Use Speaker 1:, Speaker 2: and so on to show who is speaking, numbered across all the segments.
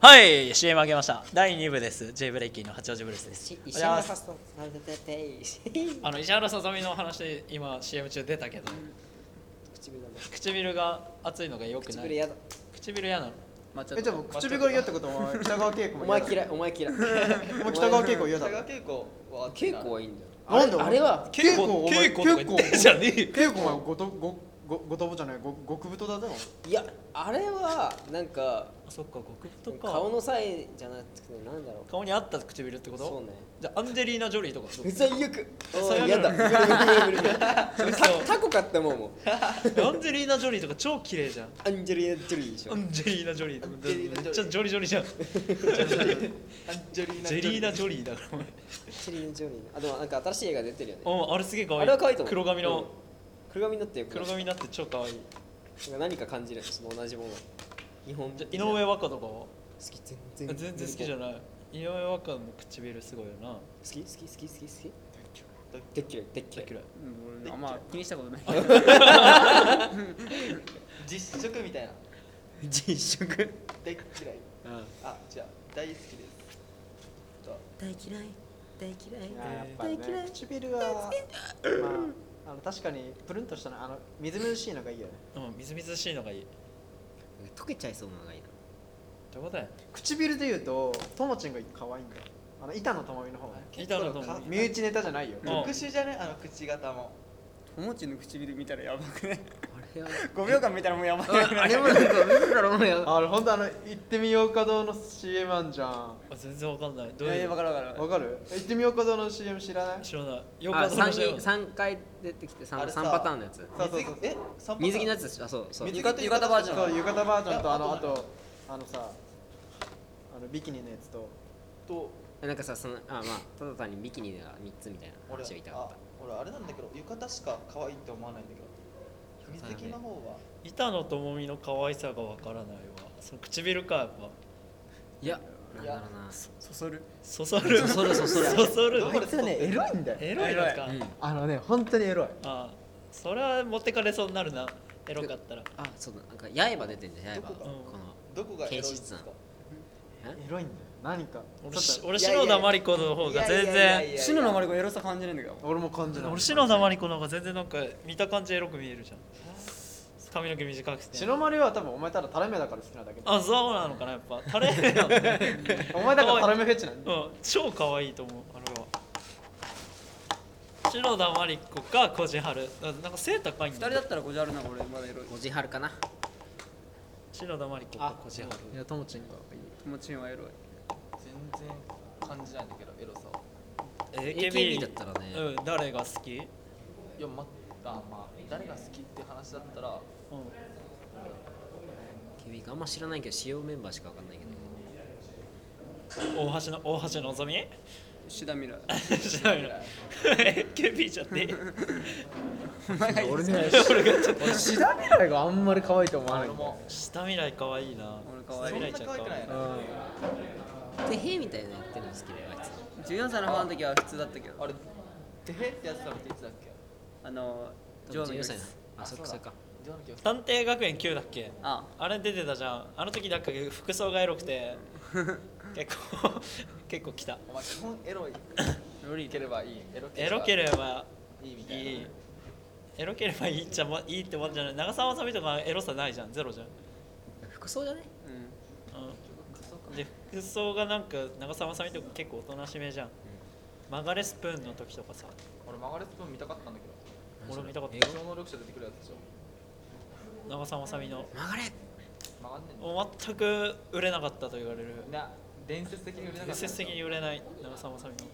Speaker 1: はい CM あげました第2部です J ブレイキーの八王子ブルースですおはようございます
Speaker 2: さんさんでて
Speaker 1: あの石原さとみの話今 CM 中出たけど
Speaker 2: 唇だね
Speaker 1: 唇が熱いのがよくない
Speaker 2: 唇やだ
Speaker 1: 唇嫌なの抹茶
Speaker 3: えでも唇が嫌ってことは北川景子も
Speaker 2: お
Speaker 3: 嫌
Speaker 2: 前
Speaker 3: だ
Speaker 2: 嫌いお前 嫌い
Speaker 3: もう北川景子嫌だ
Speaker 4: 佐賀稽古は
Speaker 2: 稽古はいいんだよ
Speaker 3: なんで
Speaker 2: あれは
Speaker 3: 稽古お前
Speaker 1: 稽古とか言ってんじゃねえよ
Speaker 3: 稽古はごとごごごとぼじゃないご極太だぞ
Speaker 2: いやあれはなんか
Speaker 1: あそっか極太か
Speaker 2: 顔
Speaker 1: 顔
Speaker 2: のサインじゃなくてなんだろう
Speaker 1: 顔に合った唇ってこと
Speaker 2: そうね
Speaker 1: じゃあアンジェリーナ・ジョリーとかどう
Speaker 2: うざいよくお
Speaker 1: 最悪
Speaker 2: いやだ無理無理無理無理無理
Speaker 1: 嘘
Speaker 2: タタコ買ったもんもう
Speaker 1: アンジェリーナ・ジョリーとか超綺麗じゃん
Speaker 2: アンジェリーナ・ジョリーでし
Speaker 1: ア
Speaker 2: ょ
Speaker 1: ンジェリーナ・ジョリーとか
Speaker 4: ジェリーナ
Speaker 1: めっちゃジョリジョリじゃんジ
Speaker 4: アンジェリーナ・
Speaker 1: ェリーナ・
Speaker 4: ジ
Speaker 1: ジョリーだからお前
Speaker 2: アンジェリーナ・ジョリーあでもなんか新しい映画出てるよね
Speaker 1: うんあれすげえ可愛い
Speaker 2: あれは可愛いと思う
Speaker 1: 黒髪
Speaker 2: うん
Speaker 1: の
Speaker 2: 黒髪になってよくない
Speaker 1: 黒髪になって超可愛い
Speaker 2: なんか何か感じるその同じもの日本
Speaker 1: じゃ
Speaker 2: 人
Speaker 1: あ井上和香とかは
Speaker 2: 好き全然
Speaker 1: 全然好きじゃ
Speaker 2: い
Speaker 1: ない井上和香の唇すごいよな
Speaker 2: 好き好き好き好き好きでっきるでっき
Speaker 1: 大
Speaker 2: る
Speaker 1: 嫌い
Speaker 5: うん俺あんま気にしたことない
Speaker 4: 実食みたいな
Speaker 2: 実食
Speaker 4: 大嫌いあ違う大好きですと
Speaker 2: 大嫌い大嫌い
Speaker 3: やっぱりね唇はまああの確かにプルンとしたのあのみずみずしいのがいいよね
Speaker 1: うんみずみずしいのがいい
Speaker 2: 溶けちゃいそうなのがいいな
Speaker 1: どこだよ
Speaker 3: 唇で言うとともちんが可愛いんだよあの板野友美の方が
Speaker 1: 板野友美
Speaker 3: 身内ネタじゃないよ
Speaker 1: うん
Speaker 4: 特殊じゃねあの口型も
Speaker 5: おもちの唇見たらやばくない
Speaker 2: あ れは
Speaker 5: 5秒間見たらもうやばくない
Speaker 2: あれもなんか見てたらもうやば
Speaker 3: あれ本当あの行ってみようかどうの CM あんじゃん
Speaker 1: あ全然わかんないどう
Speaker 5: いやい
Speaker 1: い
Speaker 5: や
Speaker 1: う
Speaker 5: わかるわかる
Speaker 3: わかる行ってみようかどうの CM 知らない
Speaker 1: 知らないよく
Speaker 2: あ
Speaker 1: わかんな
Speaker 2: 三
Speaker 1: い
Speaker 2: 人三回出てきて
Speaker 4: あ
Speaker 2: 三
Speaker 4: れ
Speaker 2: 三
Speaker 4: さ
Speaker 2: パターンのやつ
Speaker 3: そうそうそう
Speaker 4: 水着え三
Speaker 2: 水着の
Speaker 4: な
Speaker 2: やつでしょあそうそう
Speaker 4: 水着
Speaker 2: 浴衣浴衣バージ
Speaker 3: そう
Speaker 2: ョン
Speaker 3: 浴衣バージョンと
Speaker 4: あ
Speaker 3: あのあ
Speaker 4: あと
Speaker 3: とあのさあのビキニのやつと
Speaker 4: と
Speaker 2: なんかさそのあまあただ単にビキニが三つみたいな
Speaker 4: 俺
Speaker 2: 話を言いたか
Speaker 4: あ
Speaker 2: っ
Speaker 4: 俺あれなんだけど浴衣しか可愛いって思わないんだけど水着の方は
Speaker 1: 板野友美の可愛さがわからないわその唇かやっぱ
Speaker 2: たいやなん
Speaker 4: い
Speaker 2: だ
Speaker 4: や
Speaker 2: ろうな
Speaker 5: そそる
Speaker 1: そそる
Speaker 2: そそるそそる
Speaker 1: そそる
Speaker 4: どこで撮ってんの
Speaker 3: ロいんだ
Speaker 1: エロいのか、
Speaker 2: うん
Speaker 3: あのね本当にエロい
Speaker 1: ああそれは持ってかれそうになるなエロかったら
Speaker 2: あそうだなんか刃出てんだよ刃
Speaker 4: どこ
Speaker 2: こ
Speaker 4: が
Speaker 2: の
Speaker 4: どこがエロいんですか
Speaker 2: 検
Speaker 3: エロいんだよ何か
Speaker 1: 俺
Speaker 3: ち
Speaker 1: し
Speaker 3: ょっ
Speaker 1: 俺
Speaker 4: いやいや
Speaker 1: 篠田麻里子の方が全
Speaker 4: いやいやいやい
Speaker 1: 然
Speaker 4: や
Speaker 5: 死の名前がエロさ感じるんだけど
Speaker 3: と俺も感じない
Speaker 1: 俺篠田麻里子の方が全然なんか見た感じエロく見えるじゃん髪の毛短くて
Speaker 3: 篠丸は多分お前ただタラメだから好きなだけだ
Speaker 1: あそうなのかなやっぱタレ目なんだね
Speaker 3: お前だからタラメフェ チなん
Speaker 1: う
Speaker 3: だ
Speaker 1: ん超可愛いと思うあれは篠田麻里子か小路春あなんか背高いん
Speaker 5: 二
Speaker 1: だ
Speaker 5: 人
Speaker 1: よ
Speaker 5: だったらこじあるな俺まだエロい
Speaker 2: おじはるかな
Speaker 1: 篠田麻里子か小路春
Speaker 3: いやともちんがいい
Speaker 5: おもちんはエロい
Speaker 4: 全然感じないんだけどエロさを
Speaker 2: AKB だったらね
Speaker 1: うん誰が好き、うん、
Speaker 4: いやまあまあ誰が好きって話だったら
Speaker 2: ケビーかあんま知らないけど主要メンバーしかわかんないけど
Speaker 1: 大橋の大橋のぞみ
Speaker 5: シダミラ
Speaker 1: 知らないな AKB じゃねえ
Speaker 3: 俺ね俺シダ未来があんまり可愛いと思わないんだよ
Speaker 1: 下未来可愛いな
Speaker 5: 俺可愛い
Speaker 1: 下未来ちゃん可愛い
Speaker 4: そんな可愛くない
Speaker 2: でへーみたいなのやってるの好きだよあいつ
Speaker 5: 14歳のファンの時は普通だったけど
Speaker 4: あれてへってやつ食べていつだっけ
Speaker 5: あのジョーの
Speaker 2: 14
Speaker 5: や
Speaker 2: 歳な
Speaker 5: つ
Speaker 2: あそっかそっか
Speaker 4: ジョアナキョウさん
Speaker 1: 探偵学園9だっけ
Speaker 5: あ
Speaker 1: あれ出てたじゃんあの時なんか服装がエロくて結構結構きた
Speaker 4: お前基本エ ロい
Speaker 5: ロリ
Speaker 4: いければいいエロ
Speaker 1: エロければ
Speaker 4: いいみ
Speaker 1: い
Speaker 4: たい
Speaker 1: い
Speaker 4: な
Speaker 1: エロければいいっちゃもいいってもんじゃない長澤まさみとかエロさないじゃんゼロじゃん、
Speaker 2: 服装じゃね
Speaker 5: うん
Speaker 1: うん、で服装がなんか長澤まさみとか結構おとなしめじゃん、曲がれスプーンの時とかさ
Speaker 4: 俺曲がれスプーン見たかったんだけど
Speaker 1: 俺見たかった
Speaker 4: 超能力者出てくるやつでしょ
Speaker 1: 長澤まさみの
Speaker 2: 曲がれ
Speaker 4: 曲がんねえ
Speaker 1: もう全く売れなかったと言われる
Speaker 4: んな伝説的に売れな
Speaker 1: 伝
Speaker 4: かった
Speaker 1: 説的に売れない長澤まさみの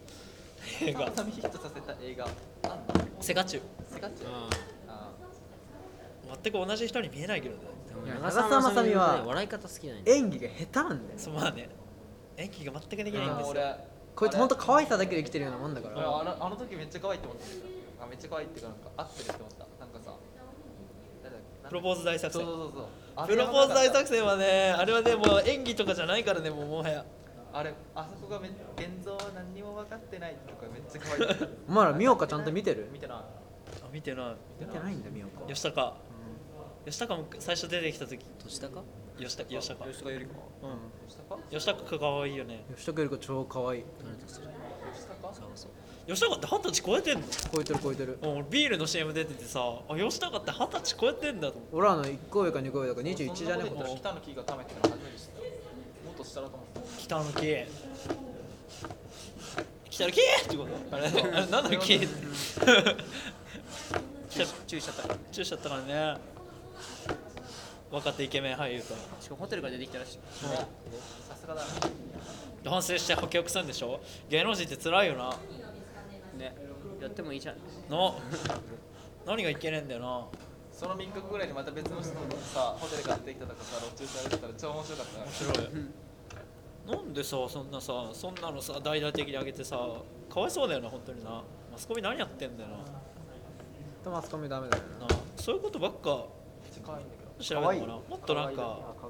Speaker 1: 映
Speaker 4: 映画
Speaker 1: 画
Speaker 4: サミヒットさせた映画なんだ
Speaker 1: セカチュウ
Speaker 4: セカチュウ
Speaker 2: あ
Speaker 4: あ
Speaker 1: 全く同じ人に見えないけどね
Speaker 2: ーでも
Speaker 3: いや
Speaker 2: 長澤まさみ
Speaker 3: 長澤まさみ
Speaker 2: は
Speaker 3: は
Speaker 2: 笑い方好きなんや
Speaker 3: 演技が下手なんだよ
Speaker 1: そうまあね演技が全くできないん
Speaker 4: あ
Speaker 1: です
Speaker 4: 俺
Speaker 1: よ
Speaker 3: こいつ
Speaker 4: あれ
Speaker 3: 本当可愛さだけで生きてるようなもんだか
Speaker 4: 俺あ
Speaker 3: ら
Speaker 4: のあの時めっちゃ可愛いって思ったあめっちゃ可愛いっていうかなんか合ってるって思ったなんかさ誰だっけ
Speaker 1: プロポーズ大作
Speaker 4: そう
Speaker 1: 戦
Speaker 4: そうそうそう
Speaker 1: プロポーズ大作
Speaker 4: 戦
Speaker 1: 戦はねあれはねもう演技とかじゃないからねもうもはや
Speaker 4: あれあそこがめ現像は何にも分かってないとかめっちゃ可愛い
Speaker 3: お前ら美岡ちゃんと見てる
Speaker 4: 見てない
Speaker 1: あ見てない
Speaker 3: 見てないんだ美岡
Speaker 1: 吉高吉高も最初出てきた時
Speaker 2: 年高
Speaker 1: 吉田吉高
Speaker 5: 吉高由里子
Speaker 1: うん
Speaker 4: 吉高
Speaker 1: 吉高かわいいよね
Speaker 6: 吉高由里子超可愛い
Speaker 4: 吉高
Speaker 6: そうそう
Speaker 1: 吉高って二十歳超えてんの
Speaker 6: 超えてる超えてる
Speaker 1: うん俺ビールの CM 出ててさあ吉高って二十歳超えてんだと思って
Speaker 6: 俺らの1個上か2個上だから21
Speaker 4: そん
Speaker 6: じゃ
Speaker 4: な
Speaker 6: ね
Speaker 4: こと
Speaker 6: 今
Speaker 4: 言った
Speaker 6: 年
Speaker 4: ら北の木がためっての初めて知ったよもっと下だと思ってた
Speaker 1: 北の木北の木ってことあれあれ何の木って
Speaker 5: 注意し注意しちゃったからね
Speaker 1: 注意しちゃったからね若手イケメン俳優と
Speaker 5: しかもホテルから出てきたらしい
Speaker 4: さすがだ
Speaker 1: 反省して補強くさんでしょ芸能人って辛いよな
Speaker 5: ねやってもいいじゃん
Speaker 1: の何がいけねえんだよな
Speaker 4: その3日後ぐらいにまた別の人のさホテルから出てきたとかさ路中されてたら超面白かったな
Speaker 1: 面白いなんでさそんなさそんなのさ大々的に上げてさかわいそうだよな本当になマスコミ何やってんだよな
Speaker 6: トマスコミダメだよ
Speaker 1: なそういうことばっか
Speaker 4: 近いんだけど
Speaker 1: 調べるのかな
Speaker 3: 可愛
Speaker 1: もっとなん
Speaker 3: 可愛
Speaker 1: か
Speaker 3: いあ可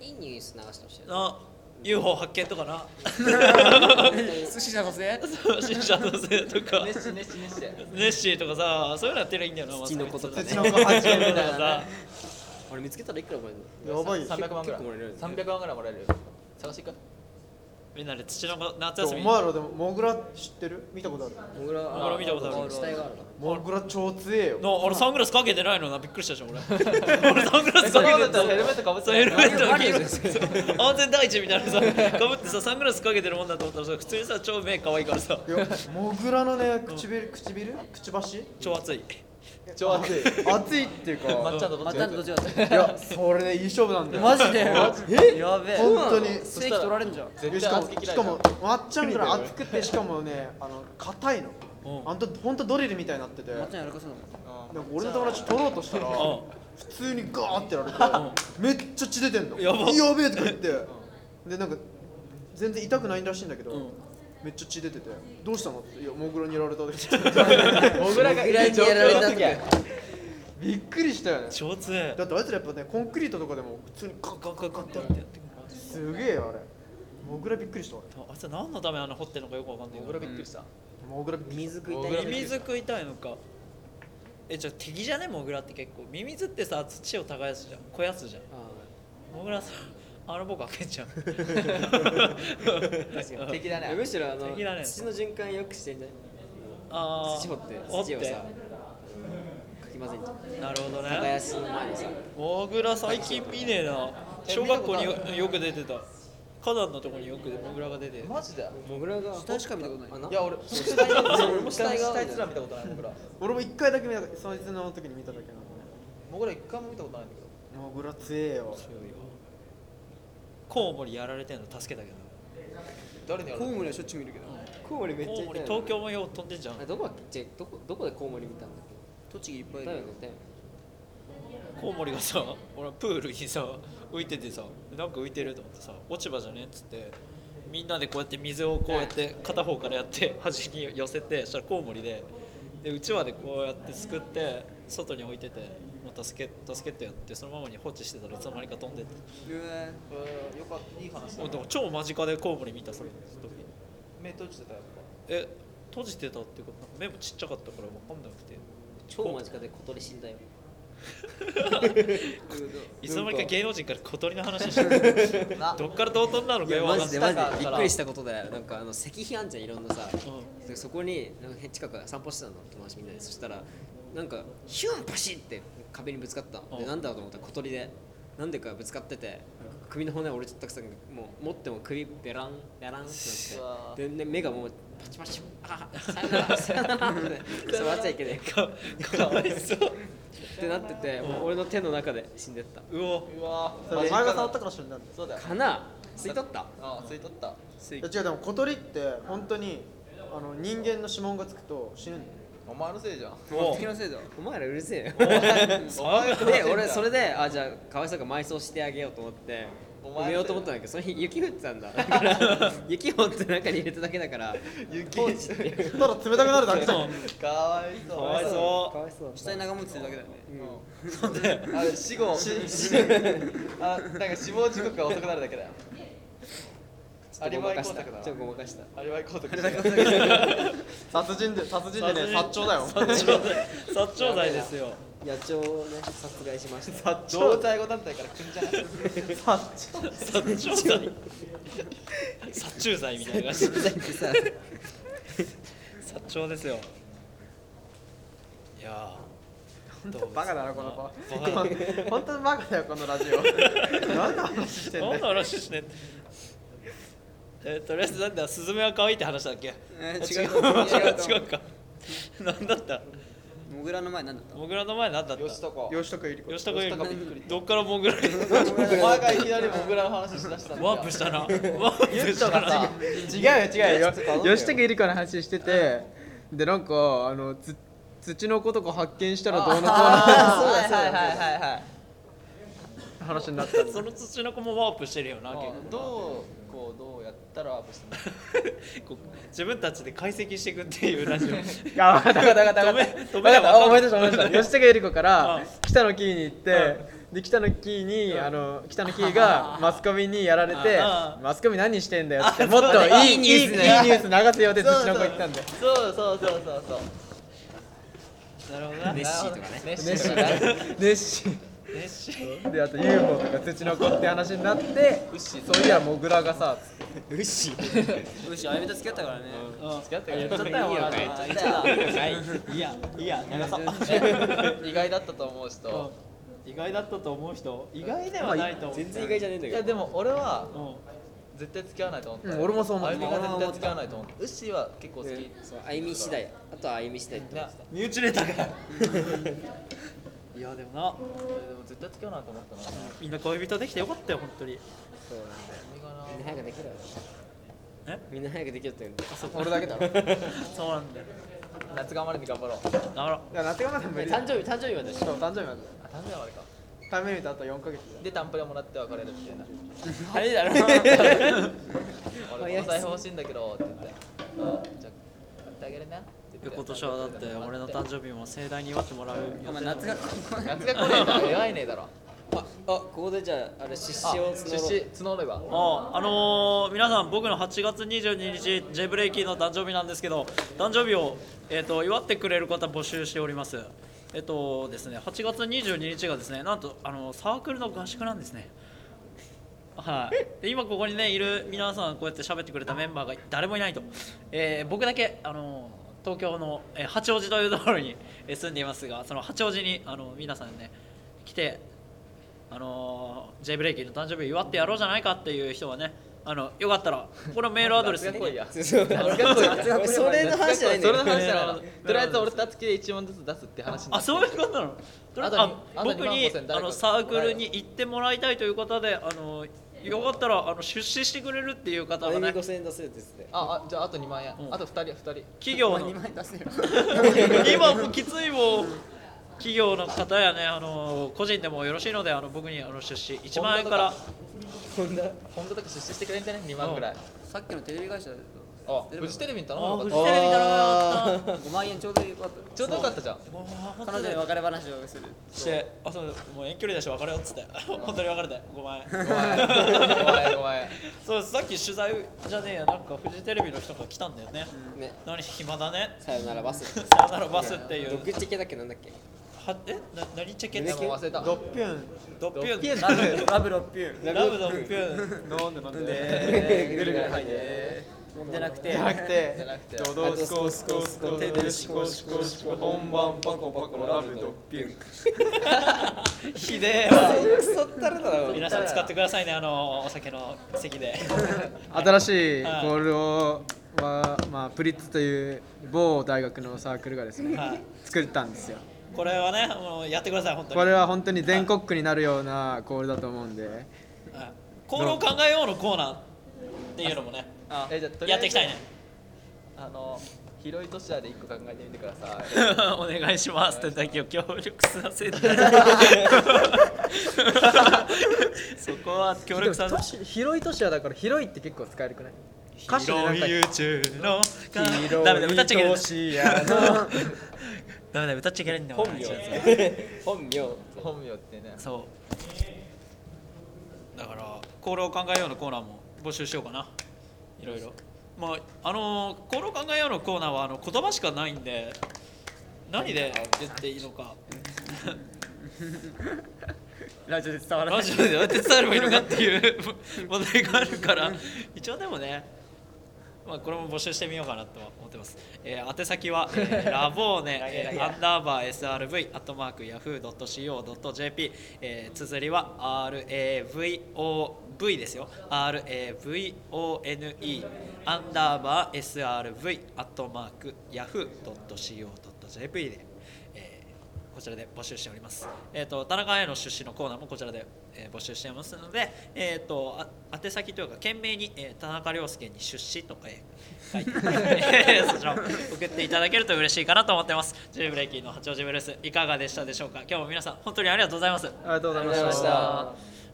Speaker 3: 愛い
Speaker 2: いいニュース流してほしいよね
Speaker 1: な UFO 発見とかな
Speaker 5: 寿司探せ
Speaker 1: 新車のせいとか
Speaker 4: 熱心熱心熱心
Speaker 1: ネッシーとかさそういうのやってりゃいいんだよなマス
Speaker 2: 土
Speaker 1: コミ
Speaker 2: の子と
Speaker 1: とか
Speaker 2: かね
Speaker 3: 土の子始めみた い
Speaker 1: だから
Speaker 3: な
Speaker 1: さ
Speaker 3: ね
Speaker 2: あれ見つけたらいくらもらえるの
Speaker 3: やばいよ
Speaker 4: 300万ぐら
Speaker 2: 結
Speaker 4: い
Speaker 2: 構もらえるよね
Speaker 4: 300万ぐらいもらえるよ探していく
Speaker 1: みんなで土の子夏休
Speaker 3: お
Speaker 1: み
Speaker 3: 前らでもモグラ知ってる見たことある
Speaker 2: モグラ
Speaker 1: モグラ見たことある
Speaker 2: あ死体があるな
Speaker 3: モグラ超強えよ
Speaker 1: の俺サングラスかけてないのなびっくりしたじゃん 俺俺サングラスか
Speaker 4: そ
Speaker 1: け
Speaker 4: れ
Speaker 1: て
Speaker 4: だったらヘ
Speaker 1: た
Speaker 4: ルメットかぶって
Speaker 1: そうヘルメットか
Speaker 2: マ
Speaker 1: け
Speaker 2: リ
Speaker 1: て
Speaker 2: オ
Speaker 1: る
Speaker 2: じゃん
Speaker 1: 安全第一みたいなさかぶってさサングラスかけてるもんだと思ったらさ普通にさ超目可愛いからさ
Speaker 3: いやモグラのね唇唇くちばし
Speaker 1: 超熱い
Speaker 4: 超熱い
Speaker 3: 熱いっていうか
Speaker 4: まっちゃんとど
Speaker 5: ま
Speaker 4: っち
Speaker 5: た
Speaker 4: が
Speaker 5: んと
Speaker 4: 熱
Speaker 5: どっ
Speaker 4: い
Speaker 5: ちだった
Speaker 3: いやそれでいい勝負なんだよ
Speaker 5: マジで
Speaker 3: え
Speaker 5: やべえ
Speaker 3: 本当に
Speaker 5: 正規取られんじゃん
Speaker 3: し
Speaker 4: 絶対
Speaker 3: か
Speaker 4: 熱
Speaker 3: も
Speaker 4: い嫌
Speaker 3: し
Speaker 4: いじゃ
Speaker 3: か
Speaker 4: ん
Speaker 3: もまっちゃんから熱くてしかもねあの硬いの
Speaker 1: うん
Speaker 3: あんたほんとドリルみたいになってて
Speaker 5: まっちゃんやらかそうだもん
Speaker 4: うん
Speaker 3: なんか俺の友達取ろうとしたら普通にガーってやられてめっちゃ血出てんの
Speaker 1: やば
Speaker 3: べえとか言ってでなんか全然痛くないらしいんだけど、
Speaker 1: うん
Speaker 3: めっちゃ血出ててどうしたのっていやモグラにやられたって
Speaker 4: モグラが
Speaker 2: モグラにやられた時
Speaker 3: びっくりしたよね
Speaker 1: 超強い
Speaker 3: だってあいつらやっぱねコンクリートとかでも普通にカッカッカッカッってやって
Speaker 1: て
Speaker 3: すげえよあれモグラびっくりした俺
Speaker 1: あいつは何のためあの掘ってるのかよくわかんない
Speaker 4: モ
Speaker 1: けど
Speaker 4: グラびっくりした
Speaker 3: モグラびっくりした
Speaker 4: モグラびっくり
Speaker 1: ミミ
Speaker 4: した
Speaker 1: ズ食いたいのかえじゃあ敵じゃねモグラって結構ミミズってさ土を耕すじゃん肥やすじゃんモグラさあの僕開けち ゃう
Speaker 4: 敵だ
Speaker 2: いやむ
Speaker 4: ね
Speaker 2: しろあの
Speaker 1: 敵だね
Speaker 2: 土の循環よくしてんじゃない
Speaker 1: あー
Speaker 2: 土掘って
Speaker 1: 掘っ
Speaker 2: 土をさ
Speaker 1: て
Speaker 2: かき混ぜんじゃん
Speaker 1: なるほどね
Speaker 2: 耕すの前にさ
Speaker 1: モグラ最近見ねえな小学校によよく出てた花壇のとこによくモグラが出てる
Speaker 4: マジでい
Speaker 2: モグラが
Speaker 5: 死体しか見たことない
Speaker 2: 穴
Speaker 4: や俺死
Speaker 2: 俺も死体が
Speaker 4: 体すら見たことないモグラ
Speaker 3: 俺も一回だけ見たその日の時に見ただけなのね
Speaker 4: モグラ一回も見たことないんだけど
Speaker 3: モグラ強えよ
Speaker 1: コウモリやられてんの助けたけど
Speaker 4: 誰にやる
Speaker 5: コウモリはしょっちゅう見るけど
Speaker 2: コウモリめっち
Speaker 1: コ
Speaker 2: ゃ
Speaker 1: ウモ
Speaker 2: いた
Speaker 1: リ
Speaker 2: よね
Speaker 1: 東京もよう飛んでんじゃん
Speaker 2: あれどこだっけじゃあどこどこでコウモリ見たんだっ
Speaker 5: 栃木いっぱ
Speaker 2: け
Speaker 5: いい
Speaker 2: だ
Speaker 5: る
Speaker 2: よ
Speaker 5: よ
Speaker 2: ねだよね
Speaker 1: コウモリがさ俺プールにさ浮いててさなんか浮いてると思ってさ落ち葉じゃねっつってみんなでこうやって水をこうやって片方からやって端に寄せてそしたらコウモリででうちわでこうやってすくって外に置いててもう助け助けてやってそのままに放置してたらいつの間にか飛んでって
Speaker 5: うわ
Speaker 4: うんよかったいい話だ
Speaker 1: もうでも超間近でコウモリ見たそれその時
Speaker 4: 目閉じてたやっ
Speaker 1: え閉じてたっていうか目もちっちゃかったから分かんなくて
Speaker 2: 超間近で小鳥死んだよ
Speaker 1: いつの間にか芸能人から小鳥の話してる
Speaker 4: ぱ
Speaker 1: どっから道頓なの
Speaker 2: い
Speaker 1: か
Speaker 2: や
Speaker 1: よ
Speaker 2: マジで
Speaker 1: 分か
Speaker 2: マ
Speaker 1: ん
Speaker 2: ジ
Speaker 1: ない
Speaker 2: でびっくりしたことだよなんかあの石碑あんじゃんいろんなさ
Speaker 1: うん
Speaker 2: でそこになんか近く散歩してたの友達みんなでそしたらなんかヒュンパシって壁にぶつかったの
Speaker 1: う
Speaker 2: で
Speaker 1: ん
Speaker 2: なんだろうと思ったら小鳥でなんでかぶつかってて首の骨折れちゃったくさんもう持っても首ベランベランってな
Speaker 4: うわ
Speaker 2: ってでで目がもうパチパチああさよならさよならってそう笑っちゃいけない
Speaker 1: かかわいそう
Speaker 2: ってなっててもう俺の手の中で死んでった
Speaker 1: うお
Speaker 4: うわ
Speaker 3: それお前が触ったから死んだんだよ
Speaker 4: そうだよ
Speaker 2: かな吸い取った
Speaker 4: あ吸い取った
Speaker 5: 吸い
Speaker 3: いや違うでも小鳥って本当にあの人間の指紋がつくと死ぬんだよ
Speaker 4: お前のせいじゃん
Speaker 1: お
Speaker 5: 敵のせいだわ
Speaker 2: お前らうるせえよ
Speaker 4: お前のせいじ
Speaker 2: で
Speaker 4: ゃん
Speaker 2: 俺それであじゃあかわいそうか埋葬してあげようと思って
Speaker 4: お前の
Speaker 2: 埋
Speaker 4: せい
Speaker 2: めようと思ったんだけどその日雪降ってたんだだから 雪をって中に入れただけだから雪放置っていう
Speaker 3: ただ冷たくなるだけだ
Speaker 1: そ
Speaker 3: も
Speaker 1: うん
Speaker 4: かわいそう
Speaker 1: かわい
Speaker 2: か
Speaker 1: そ
Speaker 2: わいそう
Speaker 5: 死体長持ちするだけだよね
Speaker 4: あれ死後死あなんか死亡時刻が遅くなるだけだよアリバイ工作だな
Speaker 2: ちょっとごまかした
Speaker 4: アリバイコート
Speaker 3: 殺人で殺人でね
Speaker 1: 殺
Speaker 3: 殺
Speaker 1: 人
Speaker 3: 鳥だよ
Speaker 1: う殺鳥罪殺鳥罪ですよ
Speaker 2: 野鳥をね殺害しました
Speaker 4: あ同体語団体から来るんじゃない
Speaker 1: 殺虫剤殺虫剤みたいな感じ
Speaker 2: 殺害ってさ
Speaker 1: 殺鳥ですよいやーどう
Speaker 3: バカだなこの 子
Speaker 1: バカ
Speaker 3: 本当にバカだよこのラジオ何の話してんだ
Speaker 1: 何の
Speaker 3: よ
Speaker 1: 話してんのえーとりあえずなんだスズメは可愛いって話だっけ
Speaker 5: え
Speaker 1: あ
Speaker 5: ー違う
Speaker 1: 違う違
Speaker 5: 違う
Speaker 1: うか何だった
Speaker 5: モグラの前なんだった
Speaker 1: モグラの前何だった
Speaker 4: 吉高
Speaker 3: 吉高由里子
Speaker 1: 吉高由里
Speaker 4: 吉高びっくり
Speaker 1: 子どっからモグラに
Speaker 4: お前がいきなりモグラの話しだしたんだよ
Speaker 1: ワープしたなワープしたな
Speaker 3: 違うよ違うよ
Speaker 4: ちょっと頼むよ
Speaker 3: 吉高由里子の話しててでなんかあのつ土の子とか発見したらどうのこうの
Speaker 4: あーそうだそうだはいはいはいはい
Speaker 3: 話になったんだ
Speaker 1: その土の子もワープしてるよな結
Speaker 4: あどうこうどうやったらワープしたの
Speaker 1: 構こう自分たちで解析していくっていうラジオ
Speaker 3: あ分かった分かった分かった
Speaker 1: 止め止
Speaker 3: 分
Speaker 1: め
Speaker 3: か
Speaker 1: な
Speaker 3: った
Speaker 1: 分
Speaker 3: あ思
Speaker 1: か
Speaker 3: い
Speaker 1: ん
Speaker 3: 出した
Speaker 1: な
Speaker 3: 思
Speaker 1: い
Speaker 3: い出した 吉高由里子から
Speaker 1: うん
Speaker 3: 北のキーに行ってで北のキーにあの北のキー がマスコミにやられて
Speaker 1: うん
Speaker 3: マスコミ何してんだよってもっといいニ ュースいいニュース流せよって土の子言ったんだよ
Speaker 4: そうそうそうそうそう
Speaker 1: なるほどな
Speaker 2: ネッシーとかね
Speaker 4: ネッシーとかね
Speaker 3: 熱心
Speaker 1: 熱心
Speaker 3: であと UFO とか土の子って話になって
Speaker 4: ウッシーとか
Speaker 3: そういやモグラがさつって
Speaker 5: むしろあやめた付き合ったからね
Speaker 4: 付き合ってから
Speaker 1: ちょっといいよ
Speaker 4: あ
Speaker 1: 帰
Speaker 4: ー
Speaker 1: っ
Speaker 4: じゃあ
Speaker 1: いやいや長さ
Speaker 4: え 意外だったと思う人
Speaker 1: 意外だったと思う人意外で はないと思う、
Speaker 2: 全然意外じゃねえんだ
Speaker 4: い
Speaker 2: け
Speaker 4: や
Speaker 2: ど
Speaker 4: でも俺は
Speaker 1: うん
Speaker 4: 絶対付き合わないと思った、
Speaker 6: うん俺もそう思った
Speaker 4: あゆみが絶対付き合わないと思ったウッシーは結構好き、
Speaker 2: うんそうあゆみ次第あとはあゆみ次第って
Speaker 4: ね
Speaker 1: 身内ネタがいやでもな
Speaker 4: 俺でも絶対付き合わないと思ったな
Speaker 1: みんな恋人できてよかったよ本当に
Speaker 2: みんな早くできるよ
Speaker 1: え
Speaker 2: みんな早くできるって言うんだよ
Speaker 3: 俺だ けだろい
Speaker 1: そうなんだよ
Speaker 4: 夏頑張るんで頑張ろうあ
Speaker 1: だから
Speaker 3: や夏がまだ無理だ
Speaker 2: 誕生日誕生日までしょ
Speaker 3: そう誕生日まで
Speaker 4: 誕生日までか
Speaker 3: 誕生日とあと4ヶ月だよ
Speaker 4: でタンプレもらって別れるみたいな
Speaker 1: 早いだろ
Speaker 4: 俺お財布欲しいんだけどって言ってうんじゃあ買ってあげるねって言って
Speaker 1: 今年はだって俺の誕生日も盛大に祝ってもらう
Speaker 5: お
Speaker 1: よ
Speaker 5: 前夏が
Speaker 4: 夏が来ねえんだ弱いねえだろ
Speaker 2: ああここでじゃああれ失
Speaker 4: あ
Speaker 2: 神を
Speaker 4: 出
Speaker 2: 募ろう
Speaker 4: 資募れば
Speaker 1: あああのー皆さん僕の8月22日 J ブレイキーの誕生日なんですけど誕生日を、えー、と祝ってくれる方募集しておりますえっ、とですね8月22日がですねなんとあのサークルの合宿なんですねはい、で今ここにねいる皆さんこうやって喋ってくれたメンバーが誰もいないと、えー僕だけあの東京の、えー八王子というところにえー住んでいますがその八王子にあの皆さんね来てあのー、J ブレイキーの誕生日を祝ってやろうじゃないかっていう人はねあのよかったらこのメールアドレス
Speaker 4: 夏が来い
Speaker 1: に
Speaker 4: や
Speaker 2: そうそう俺それの話じゃないんだ
Speaker 4: そ
Speaker 2: よ
Speaker 4: れの話じゃない
Speaker 1: なるほ
Speaker 4: のとりあえず俺たつきで1問ずつ出すって話にな
Speaker 1: あ
Speaker 4: って
Speaker 1: そういうことなのとりあえず
Speaker 4: あとに
Speaker 1: あ
Speaker 4: あとに
Speaker 1: 僕に
Speaker 4: 万五千
Speaker 1: あ
Speaker 4: 誰か
Speaker 1: のサークルに行ってもらいたいということであのよかったらあの出資してくれるっていう方
Speaker 2: あ
Speaker 1: が
Speaker 2: ゆみ
Speaker 1: ね
Speaker 2: 5000円出せるって言ってたよ
Speaker 4: ああじゃああと2万円
Speaker 1: うん
Speaker 4: あと2人2人
Speaker 1: 企業の
Speaker 5: 2万円出せよ
Speaker 1: 今もうきついもん企業の方やねあの個人でもよろしいのであの僕にあの出資1万円から
Speaker 4: 本当とか出資してくれんじゃね2万ぐらい
Speaker 5: さっきのテレビ会社で
Speaker 4: あフジテレビに頼まなか
Speaker 1: フ
Speaker 4: っ
Speaker 1: ジ
Speaker 4: た
Speaker 1: テレビだな
Speaker 5: 5万円ちょうどよかった
Speaker 4: ちょうどよかったじゃん
Speaker 1: 本
Speaker 5: 彼
Speaker 1: 当
Speaker 5: 女
Speaker 1: だ
Speaker 5: に
Speaker 1: よ
Speaker 5: 別れ話をする
Speaker 1: してあそうもう遠距離だし別れようっつ って本当に別れたよごめん
Speaker 4: ごめんごめんごめん
Speaker 1: そうさっき取材じゃねえやなんかフジテレビの人が来たんだよね、
Speaker 2: ね
Speaker 1: 何暇だね
Speaker 2: さよならバス
Speaker 1: さよならバスっていう
Speaker 2: 独地系だっけなんだっけ
Speaker 1: はえな何チェケ
Speaker 4: でも忘れた
Speaker 3: ドッピュン
Speaker 1: ドッピュン
Speaker 4: ドッピュン
Speaker 1: ラブ
Speaker 5: ラブロッピュ
Speaker 1: ラブドッピュン
Speaker 3: 飲んで飲んで
Speaker 4: えー
Speaker 2: ぐるぐる
Speaker 4: はい
Speaker 5: じゃなくて
Speaker 3: じゃなく
Speaker 4: じゃ
Speaker 3: て
Speaker 4: なくて
Speaker 3: ドドスコスコスコ手でシコシコシコ本番パコパコラブドッピュン
Speaker 1: ひでえわ
Speaker 2: く そったるだろ
Speaker 1: 皆さん使ってくださいねあのお酒の席 で
Speaker 3: 新しいボールをはまあプリッツという某大学のサークルがですね
Speaker 1: はい
Speaker 3: 作ったんですよ
Speaker 1: これはねもうやってください本当に
Speaker 3: これは本当に全国区になるようなコールだと思うんで
Speaker 1: はいコールを考えようのコーナーっていうのもね
Speaker 4: あえじゃあとりあ
Speaker 1: や
Speaker 4: え
Speaker 1: っ
Speaker 4: ず
Speaker 1: ていきたいね
Speaker 4: あの広い都市やで1個考えてみてください
Speaker 1: お願いしますってだけを協力させ て そこは協力させて
Speaker 3: 広い都市はだから広いって結構使えるくない歌詞でなんか
Speaker 1: 広い宇宙のダメだ歌っちゃいけない
Speaker 3: 広い都 市やの
Speaker 1: ダメだ歌っちゃいけないんだよ
Speaker 2: 本名 本名
Speaker 4: 本名ってね
Speaker 1: そうだからコールを考えようのコーナーも募集しようかないろいろまああのー、コールを考えようのコーナーはあの言葉しかないんで何で言っていいのか
Speaker 5: ラジオで伝わらない
Speaker 1: ラジオでどうやって伝わればいいのかっていう問題があるから一応でもねまあこれも募集してみようかなと思ってます、えー宛先は、えーラボーネ、えーアンダーバー SRV アットマークヤフー .co.jp、えー、綴りは RAVOV ですよ RAVONE アンダーバー SRV アットマークヤフー .co.jp で、えーこちらで募集しております。えっ、と田中綾の出身のコーナーもこちらで、えー募集していますので、えっ、とあ宛先というか件名に、えー田中涼介に出資とか、えー書いてえー そちらを送っていただけると嬉しいかなと思ってます。ジューブレイキンの八王子ブルースいかがでしたでしょうか。今日も皆さん本当にありがとうございます。
Speaker 6: あ
Speaker 1: い
Speaker 6: りがとうございま
Speaker 4: ありがとうございま
Speaker 6: し
Speaker 4: した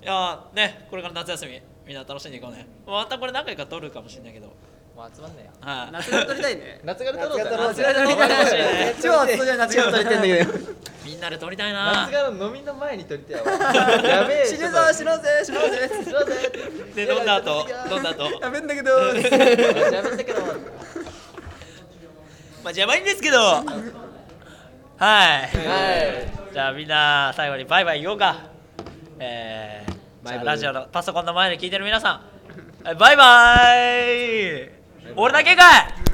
Speaker 4: た。
Speaker 1: やーねこれから夏休みみんな楽しんでいこうね。またこれ何回か撮るかもしれないけど。
Speaker 4: もう集まんなよ
Speaker 1: はい。
Speaker 5: 夏が撮りたいね
Speaker 4: 夏柄撮ろう
Speaker 5: 夏
Speaker 4: ぜ夏
Speaker 5: が撮りたいね
Speaker 6: 超暑いじゃん夏が撮りてんだけど
Speaker 1: みんなで撮りたいな。
Speaker 4: 柄の飲みの前に撮りたいわ やべえ
Speaker 5: 死ぬ
Speaker 4: ちょっ
Speaker 5: ぞ
Speaker 4: と
Speaker 5: 死ぬぜ死ぬぜ
Speaker 4: すいません
Speaker 1: で飲んだ後飲んだ後。
Speaker 5: やべんだけど
Speaker 4: やめたけど
Speaker 1: まあ邪魔いんですけど。はい。
Speaker 4: はい
Speaker 1: じゃあみんな最後にバイバイ言おうか。えー、じゃあラジオのパソコンの前で聞いてる皆さん、えバイバイ。俺だけかい。